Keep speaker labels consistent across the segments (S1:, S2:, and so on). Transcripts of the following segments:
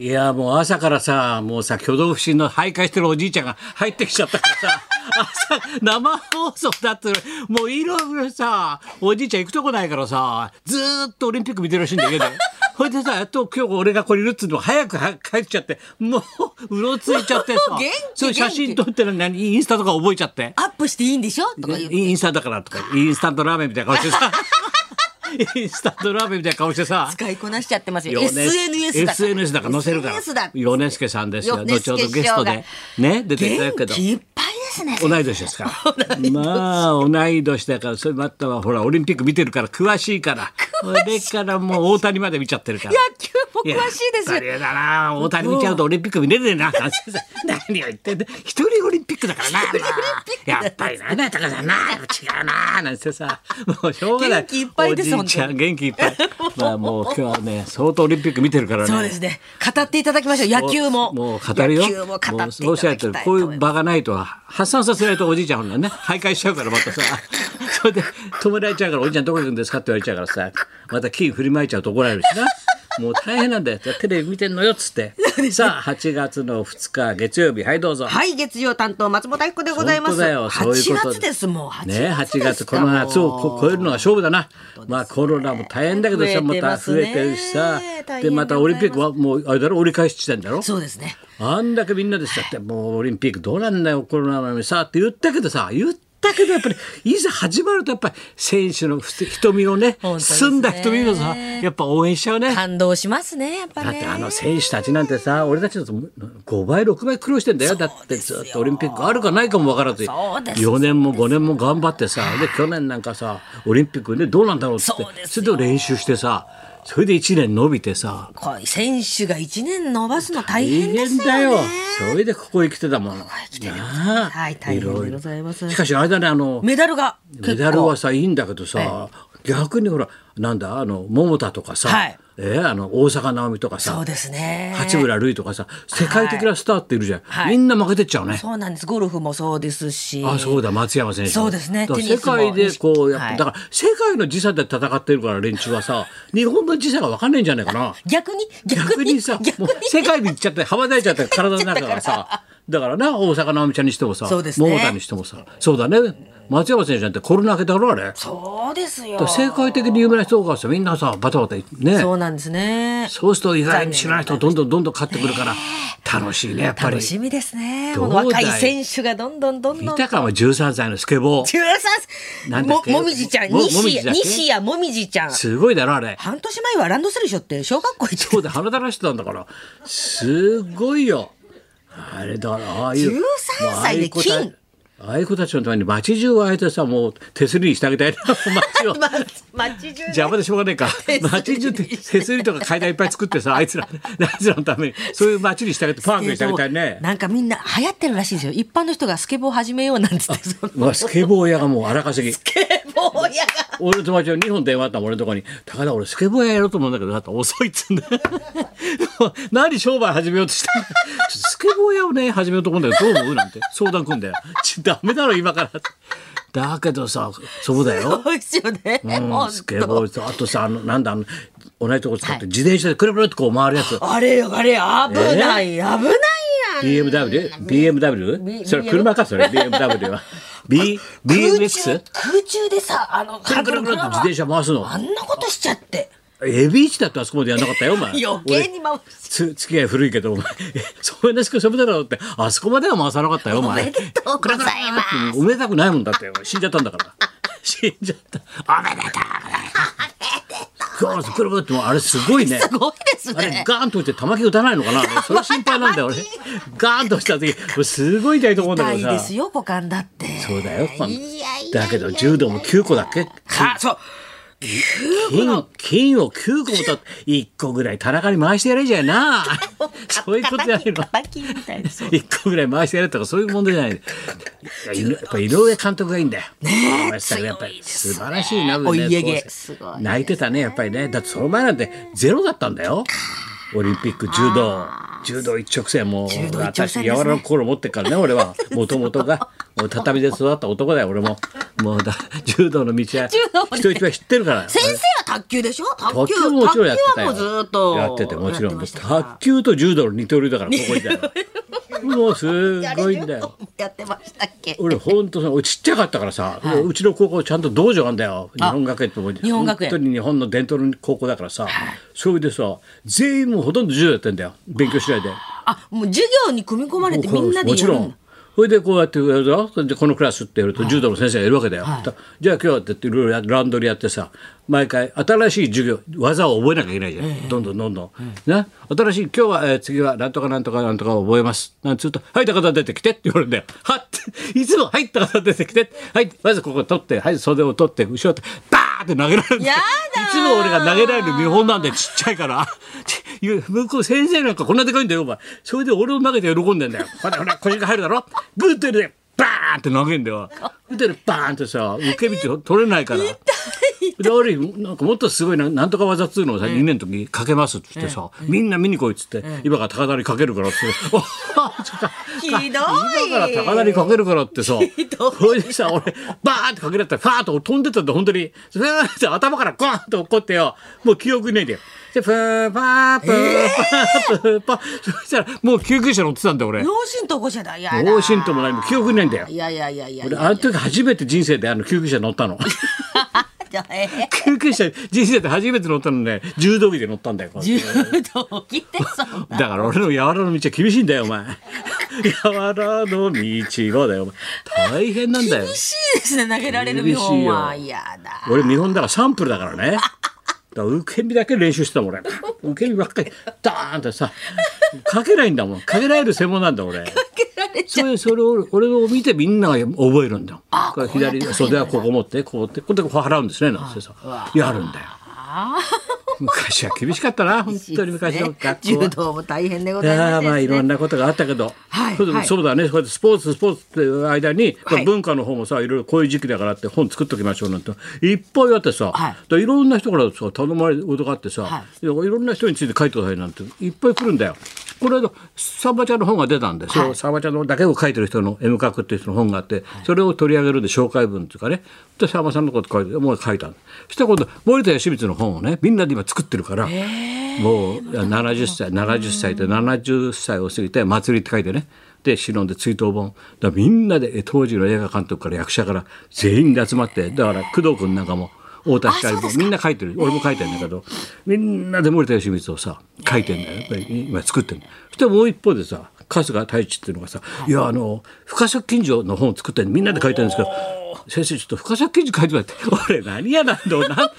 S1: いやもう朝からさもうさ挙動不審の徘徊してるおじいちゃんが入ってきちゃったからさ朝生放送だってもういろいろさおじいちゃん行くとこないからさずーっとオリンピック見てるらしいんだけど ほいでさやっと今日俺がこれいるっつうの早く早く帰っちゃってもううろついちゃってさ
S2: 元気
S1: そういう写真撮ってるのに何インスタとか覚えちゃって
S2: アップしていいんでしょとか言う
S1: インスタだからとかインスタントラーメンみたいな顔して さインスタントラーメンみたいな顔してさ
S2: 使いこなしちゃってますよ。
S1: ヨネ
S2: SNS だから。
S1: SNS だから載せるから
S2: SNS だ。
S1: ヨネスケさんですよ
S2: ヨネ
S1: 後
S2: スケ
S1: ほどゲストでね出ていただくけ
S2: 元
S1: ど
S2: 気いっぱいですね。
S1: 同い年です からまあ同い年だからそれまたはほらオリンピック見てるから詳しいからそれからもう大谷まで見ちゃってるから
S2: 野球も
S1: いや
S2: 詳しいですよ
S1: 大。谷だな大谷見ちゃうとオリンピック見れねえ な何を言ってんだ一人オリンピックだからな
S2: 人オリンピックだ
S1: やっぱりななたかさんな違うななんてさもうしょうがない
S2: 元気いっぱいです
S1: おじいちゃん元気いっぱいまあもう今日はね相当オリンピック見てるからね
S2: そうですね。語っていただきましょう。野球も。
S1: もう語るよ。
S2: 野球も語っていた
S1: も
S2: だ
S1: う
S2: き
S1: そうしな
S2: た
S1: い
S2: いと
S1: と
S2: 思います。
S1: こういう場がないと発散させないとおじいちゃんほんなね徘徊しちゃうからま たさそれで止められちゃうからおじいちゃんどこ行くんですかって言われちゃうからさまた金振りまいちゃうと怒られるしな。もう大変なんだよテレビ見てんのよっつってさあ8月の2日月曜日はいどうぞ
S2: はい、月曜担当松本明子でございま
S1: 本
S2: す。
S1: 当だよそういうこと
S2: 8月ですもう。8
S1: ね8
S2: です
S1: 月この夏をこ超えるのが勝負だな、
S2: 本当ですね
S1: まあコロナも大変だけどさ
S2: 増
S1: ま
S2: えて
S1: た
S2: ます
S1: 増
S2: ね
S1: えてるしさ
S2: 大変
S1: で
S2: で
S1: またオリンピックは
S2: ご
S1: もうあれだろ折り返ししてんだろ
S2: そうですね。
S1: あんだけみんなでしたって、もうオリンピックどうなんだよ、コロナなのにさって言ったけどさ、言ったけどやっぱり、いざ始まるとやっぱり選手の瞳をね、
S2: 本当ですね
S1: 澄んだ瞳をさ、やっぱ応援しちゃうね。
S2: 感動しますね、やっぱ
S1: だっ
S2: ね。
S1: てあの選手たちなんてさ、俺たちの5倍、6倍苦労してんだよ。だってずっとオリンピックあるかないかもわからず、
S2: そうです
S1: 4年も5年も頑張ってさ、で、去年なんかさ、オリンピックね、どうなんだろうっつっ
S2: そう
S1: て、
S2: です
S1: それで練習してさ、それで1年伸びてさ、
S2: こう選手が一年伸ばすの大
S1: 大
S2: 変です
S1: 変だ
S2: よ
S1: よ
S2: ね。。
S1: それでここへ来てたもの。なあ
S2: はい、大変でございます。
S1: しかしあれだねあの
S2: メダルが
S1: メダルはさいいんだけどさ逆にほらなんだあの桃田とかさ、
S2: はい
S1: えあの大坂なおみとか
S2: そ
S1: さ
S2: うですね。
S1: 八村塁とかさ世界的なスターっているじゃん、
S2: はい
S1: みんな負けてっちゃうね。
S2: そうなんです。ゴルフもそうですし。
S1: あそうだ松山選手
S2: そうです
S1: だ
S2: ね
S1: から
S2: テニ
S1: 世
S2: スも
S1: 界でこうやっぱ、
S2: はい
S1: だから世界の時差で戦ってるから連中はさ日本の時差が分かんないんじゃないかな。
S2: 逆に
S1: 逆
S2: 逆に
S1: にさもう世界に行っちゃって羽ばたいちゃって体の中からさだからな大阪なおみちゃんにしてもさ、
S2: そうですね
S1: 桃田にしてもさそうだね松山選手なんてコロナ明けだろあれ
S2: そうですよ。
S1: 世界的に有名な人がさみんなさバタバタね
S2: そうなんですね。
S1: そうすると意外に知らない人どんどんどんどん勝ってくるから楽しいねやっぱり
S2: 楽しみですね。
S1: どう
S2: こ
S1: だい
S2: の若い選手がどんどんどん
S1: 見
S2: どん。
S1: たかも13歳のスケボー
S2: 中さ
S1: なん
S2: ん、
S1: だっ
S2: も
S1: け
S2: もみじちゃん、
S1: ももみ
S2: 西
S1: じだ
S2: 谷、
S1: っけ
S2: 西谷もみじちゃん。
S1: すごいだろあれ
S2: 半年前はランドセルしょって小学校行って
S1: そうで鼻垂らしてたんだからすごいよあれだからああいう
S2: 13歳で金
S1: もうああいう子たちああいう子たちのために街中をああやってさもう手すりにしてあげた いな街を
S2: ま街中で
S1: 邪魔でしょうがねえか
S2: 手すりに
S1: 街中って手すりとか階段いっぱい作ってさあいつらあいつらのためにそういう街にしてあげてパークにしてあげたいね
S2: なんかみんな流行ってるらしいですよ。一般の人がスケボー始めようなんつって。その
S1: うわスケボー屋がもう荒稼ぎ
S2: スケボー屋が。
S1: 俺の友達が2本電話あったもん俺のとこに「高田俺スケボー屋やろうと思うんだけどだって遅い」っつうんだもう 何商売始めようとしてんのちょっとスケボー屋をね始めようと思うんだけどどう思うなんて相談組んだよ「ちょダメだろ今から」だけどさそうだよ
S2: そうですよね。
S1: う
S2: 本
S1: ん
S2: 当
S1: スケボーとあとさあのなんだあの同じとこ使って自転車でくるくるってこう回るやつ
S2: あれよ、あれ、危ない、危ないやん。
S1: BMW?BMW? それ車かそれ BMW は B
S2: 空中
S1: BMX?
S2: 空中でさ、あの、
S1: くるくるくるって自転車回すの
S2: あんなことしちゃって。
S1: エビイチだってあそこまでやんなかったよお前
S2: 余計に回し
S1: つ付き合い古いけどお前 そういうなしくそぶだろうってあそこまでは回さなかったよお前
S2: おめでとうございます
S1: すおめでたくないもんだって死んじゃったんだから 死んじゃったおめでとうございますくるくるってもうあれすごいね
S2: すごいです
S1: あれ
S2: ね。
S1: ガーンと打って玉木打たないのかな それ心配なんだよ俺ガーンとした時これすごい痛いと思うんだ
S2: 痛
S1: け
S2: い
S1: ど
S2: で
S1: さ
S2: すよ、股間だって。
S1: そうだよ
S2: いやいやいや
S1: だけど柔道も9個だっけ
S2: か、そう。
S1: 金 金を9個も取って1個ぐらい田中に回してやれじゃ なそういうことじゃないの
S2: 叩きみたいな。そう
S1: 一個ぐらい回してやれとかそういう問題じゃない。い ややっぱ井上監督がいいんだよ。ねやっぱり素晴らしいな。
S2: お家芸
S1: こう
S2: すごいですね
S1: 泣いてたねやっぱりね。だってその前なんてゼロだったんだよ。オリンピック柔道柔道一直線もう
S2: 柔道一直
S1: 私
S2: 線
S1: 柔
S2: ですね
S1: らかい心持ってっからね俺 はもともとがもう畳で育った男だよ俺ももうだ柔道の道は
S2: 道の道
S1: 人一倍知ってるから
S2: 先生は卓球でしょ卓
S1: 卓
S2: 球
S1: 球もちろんやってたよ
S2: 卓球はもうずっと
S1: やっててもちろ
S2: やって
S1: ん
S2: ましたから
S1: 卓球と柔道の二刀流だからここに だよもうす
S2: あれ
S1: ごいんだよ。
S2: やってましたっけ
S1: 俺ほんとさ俺ちっちゃかったからさ、もううちの高校ちゃんと道場なんだよ日本学園ってもう
S2: 日本学園
S1: 本当に日本の伝統の高校だからさ、それでさ全員もうほとんど柔道やってんだよ勉強しないで。
S2: あもう授業に組み込まれてみんなで
S1: も
S2: や
S1: ち
S2: る
S1: ろ
S2: ん
S1: ん
S2: だ
S1: それでこうやってやるぞそれでこのクラスってやると柔道の先生がいるわけだよ、
S2: はい
S1: じゃあ今日はって言っていろいろやランドリーやってさ毎回新しい授業技を覚えなきゃいけないじゃん、どんどんどんどん、な新しい今日は、えー次はなんとかなんとかなんとかを覚えますなんつうと「はい高田出てきて」って言われるんだよ「はっ」いつも「はい高田出てきて」はいまずここ取ってはい袖を取って後ろってバーって投げら れるんだよ
S2: やだー
S1: いつも俺が投げられる見本なんでちっちゃいから。 ち向こう先生なんかこんなでかいんだよ、お前。それで俺を投げて喜んでんだよ。 ほらほら、腰が入るだろ。グーテルで、バーンって投げんだ よ。グーテルバーンってさ、受け身取れないから。で俺なんかもっとすごいななんとか技っつうのをさ2年の時かけますって言ってさ、みんな見に来いっつって、今から高田にかけるからっつって お
S2: ひ
S1: 今
S2: どい
S1: から高田にかけるからってさ
S2: ひどい
S1: それでさ俺バーンってかけられたらファーッと飛んでったんだ本当にそれで頭からゴーンと落っこってよもう記憶ねえんだよでプーパープーパープーパー、そしたらもう救急車乗ってたんだよ俺
S2: 脳震盪起こしちゃだやだ
S1: 脳震盪も何も記憶ねえんだよ
S2: いやいやいやいやい
S1: 俺
S2: や
S1: あの時初めて人生であの救急車乗ったの。
S2: じゃあえー
S1: 救急車人生で初めて乗ったのね柔道着で乗ったんだよこうやって
S2: 柔道着ってそんな
S1: だから俺の柔らの道は厳しいんだよお前柔らの道はだよお前大変なんだよ
S2: 厳しいですね投げられる見本は
S1: 厳
S2: やだ
S1: 俺日本だからサンプルだからねだから受け身だけ練習してたもん俺受け身ばっかりダーンってさかけないんだもんかけられる専門なんだ俺
S2: 投げられち
S1: そ
S2: ゃう
S1: れそれを俺を見てみんなが覚えるんだよ
S2: あ
S1: これ
S2: こうやって
S1: 左袖はここ持ってこうってこれでこう払うんですねなんてさやるんだよ昔は厳しかった な本当に昔の学校
S2: 柔
S1: は。
S2: 道も大変でご
S1: い
S2: ざい
S1: や
S2: ま
S1: ーまあ
S2: す
S1: いろ
S2: ね
S1: んなことがあったけど、
S2: はい
S1: そう
S2: はい
S1: そうだねそうやってスポーツスポーツっていう間に、
S2: はい
S1: 文化の方もさいろいろこういう時期だからって本作っときましょうなんていっぱいあってさ、
S2: はい
S1: だからいろんな人からさ頼まれることがあってさ、、
S2: はい
S1: やいろんな人について書いてくださいなんていっぱい来るんだよ。これサンバちゃんの本が出たんで、そうサンバちゃんのだけを書いてる人の M 角っていう人の本があって、それを取り上げるんで紹介文っていうかねでさんまさんのこと書いてもう書いたのそしたら今度森田芳光の本をねみんなで今作ってるから、もう70歳70歳で70歳を過ぎて「祭り」って書いてねで忍んで追悼本だからみんなでえ当時の映画監督から役者から全員で集まってだから工藤君なんかも太田光もみんな書いてる俺も書いてるんだけどみんなで森田芳光をさ書いてんだよやっぱり今作ってるそしてもう一方でさ春日太一っていうのがさ「いやあの深作近所の本を作ってみんなで書いてるんですけど先生ちょっと深作近所書いてもらって 俺何やなんだろうな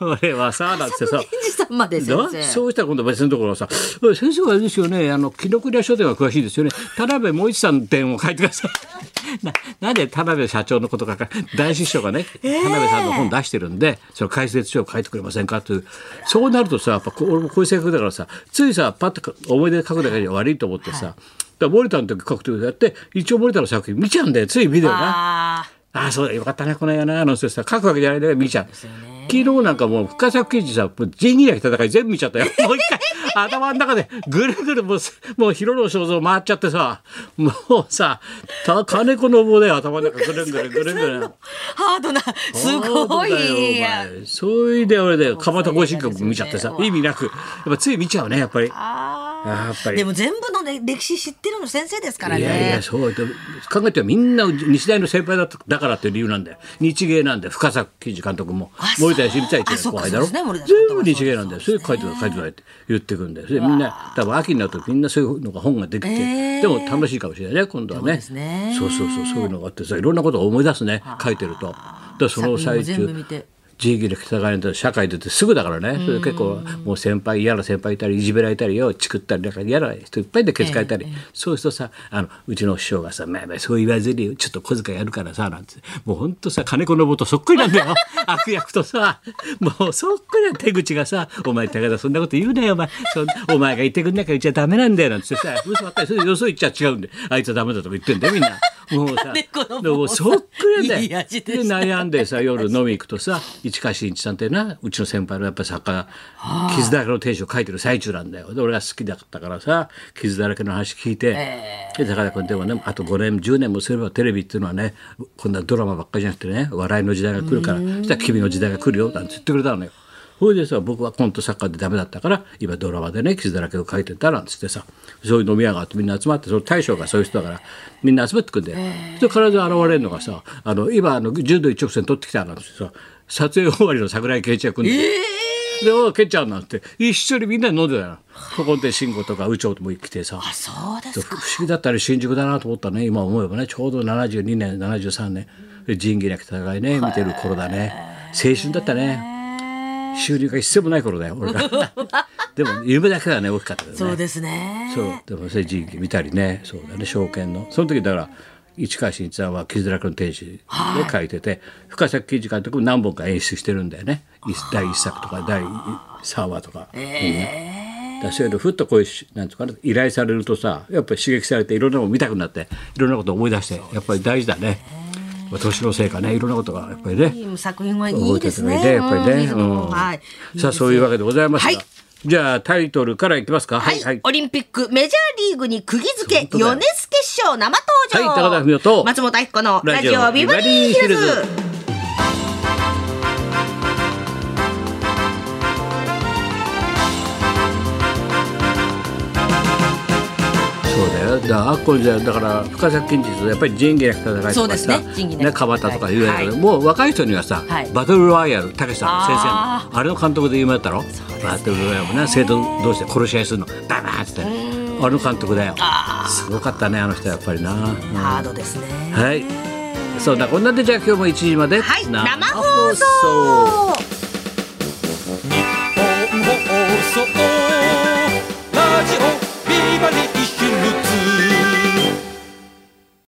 S1: 俺はさ」なんてさ
S2: 賢治さんまで先
S1: だ
S2: 生
S1: そうしたら今度別のところがさ「おい先生はあれですよねあの紀ノ国屋書店は詳しいですよね田辺萌一さんの点を書いてください」 ななんで田辺社長のことか大師匠がね、田辺さんの本出してるんでその解説書を書いてくれませんかというそうなるとさやっぱこう俺もこういう性格だからさついさパッと思い出で書くだけじゃ悪いと思ってさ、だから森田の時書く時だって一応森田の作品見ちゃうんだよついビデオな。
S2: あ
S1: ああそうだよかったねこの映画なあの人さ書くわけじゃないんだよ見ちゃう昨日なんかもう深作刑事さんもう仁義なき戦い全部見ちゃったよ もう一回頭の中でぐるぐるもうすもう広野正蔵回っちゃってさもうさた金子の棒だよ頭の中ぐるんぐるんぐるんぐるん
S2: ーハードなすご
S1: そうだよ
S2: い
S1: お前そういうで俺で蒲田行進曲見ちゃって
S2: そ
S1: さ
S2: う
S1: 意味なくやっぱつい見ちゃうねやっぱりや
S2: あ
S1: っぱ
S2: ー
S1: り
S2: でも全部のね歴史知ってるの先生ですから
S1: いやい
S2: ね
S1: やそうで考えてみんな日大の先輩だっただからっていう理由なんだよ日芸なんで深作記事監督も
S2: あそう
S1: 森田芳光一
S2: あそ
S1: の
S2: うか
S1: 後輩だろ、
S2: そうですね森田さんと
S1: 全
S2: か
S1: 部日芸なんだよそ
S2: そ
S1: れ
S2: う
S1: 書いてくれ書いてくれって言ってくんだよそれみんな多分秋になるとみんなそういうのが本ができて、
S2: えー
S1: でも楽しいかもしれないね今度はね
S2: そうですね
S1: そうそうそうそういうのがあってさいろんなことを思い出すね書いてると。だからその最
S2: 作品も全部
S1: 中
S2: 見て
S1: 地域の戦いの社会出てすぐだからねそれで結構もう先輩嫌な先輩いたりいじめられたりよチクったりなんか嫌な人いっぱいで気遣えたり、そうするとさあのうちの師匠がさ「まあまあそう言わずにちょっと小遣いやるからさ」なんてもうほんとさ金子の棒とそっくりなん だよ悪役とさもうそっくりな手口がさ「お前高田そんなこと言うなよお前そんお前が言ってくんなきゃうちはダメなんだよ」なんてさ嘘ばっかりそれでよそ言っちゃ違うんであいつはダメだとか言ってんだよみんな。もうさ
S2: 金子の棒
S1: でもそっくりなんだよ
S2: いい味でした
S1: で悩んでさ夜飲み行くとさ市川新一さんってなうちの先輩のやっぱ作家「傷だらけの天使」を書いてる最中なんだよで俺が好きだったからさ傷だらけの話聞いて、で高田君でもねあと5年10年もすればテレビっていうのはねこんなドラマばっかりじゃなくてね笑いの時代が来るからそしたら君の時代が来るよなんて言ってくれたのよ。それでさ僕はコント作家でダメだったから今ドラマでね傷だらけを書いてたなんつってさそういう飲み屋があってみんな集まってその大将がそういう人だからみんな集まってくんで、それで必ず現れるのがさあの今あの柔道一直線取ってきたなんつってさ撮影終わりの桜井圭一が来るんだよで、おうケンちゃんなんて、一緒にみんなで飲んでたよ。そこで慎吾とか、宇宙とも来てさ。
S2: そうです
S1: 不思議だったり新宿だなと思ったね今思えばねちょうど72年73年仁義なき戦いね見てる頃だね青春だったね収入が一銭もない頃だよ俺がでも夢だけはね大きかったけどね
S2: そうですね
S1: そうでもそれ仁義見たりねそうだね証券のその時だから市川新一さんは「傷だらけの天使」で書いてて、深作喜二監督も何本か演出してるんだよね一第1作とか第3話とか。だからそういうのふっとこういうしなんつうかな依頼されるとさやっぱり刺激されていろんなもの見たくなっていろんなことを思い出してやっぱり大事だね。まあ年のせいかねいろんなことがやっぱりね。
S2: いい作品はい
S1: 覚
S2: い
S1: えて
S2: で
S1: る
S2: す
S1: のがい
S2: ね
S1: いねやっぱりね。
S2: うん
S1: うん
S2: はい
S1: さあそういうわけでございますが、
S2: はい
S1: じゃあタイトルからいきますか。
S2: はい、オリンピックメジャーリーグに釘付け
S1: 本当だよ
S2: 米津決勝生登場、
S1: はい高田文夫と
S2: 松本明子のラジ
S1: ラジオ
S2: オビバリーヒル
S1: ビバリーヒ
S2: ズ
S1: ルそうだよ。だから、あっこじゃ、だから、深作金日とやっぱり仁義なき戦い
S2: そ
S1: と
S2: う
S1: か
S2: です
S1: さ、
S2: ね仁義なき戦い
S1: ね、かばたとかいうやつ、
S2: はい
S1: もう若い人にはさ、
S2: はい
S1: バトルロワイヤル、たけしさん、先生
S2: あ
S1: の、あれの監督で有名だったろ。バトルロワイヤルもな、生徒同士で殺し合いするの、ババーンっつって、あの監督だよ。すごかったね、あの人やっぱりな。うん
S2: ハードですね
S1: はい。そんなこんなで、じゃあ、今日も1時まで。
S2: はい生放送
S3: 日本放送ラジオビバリーヒルズ」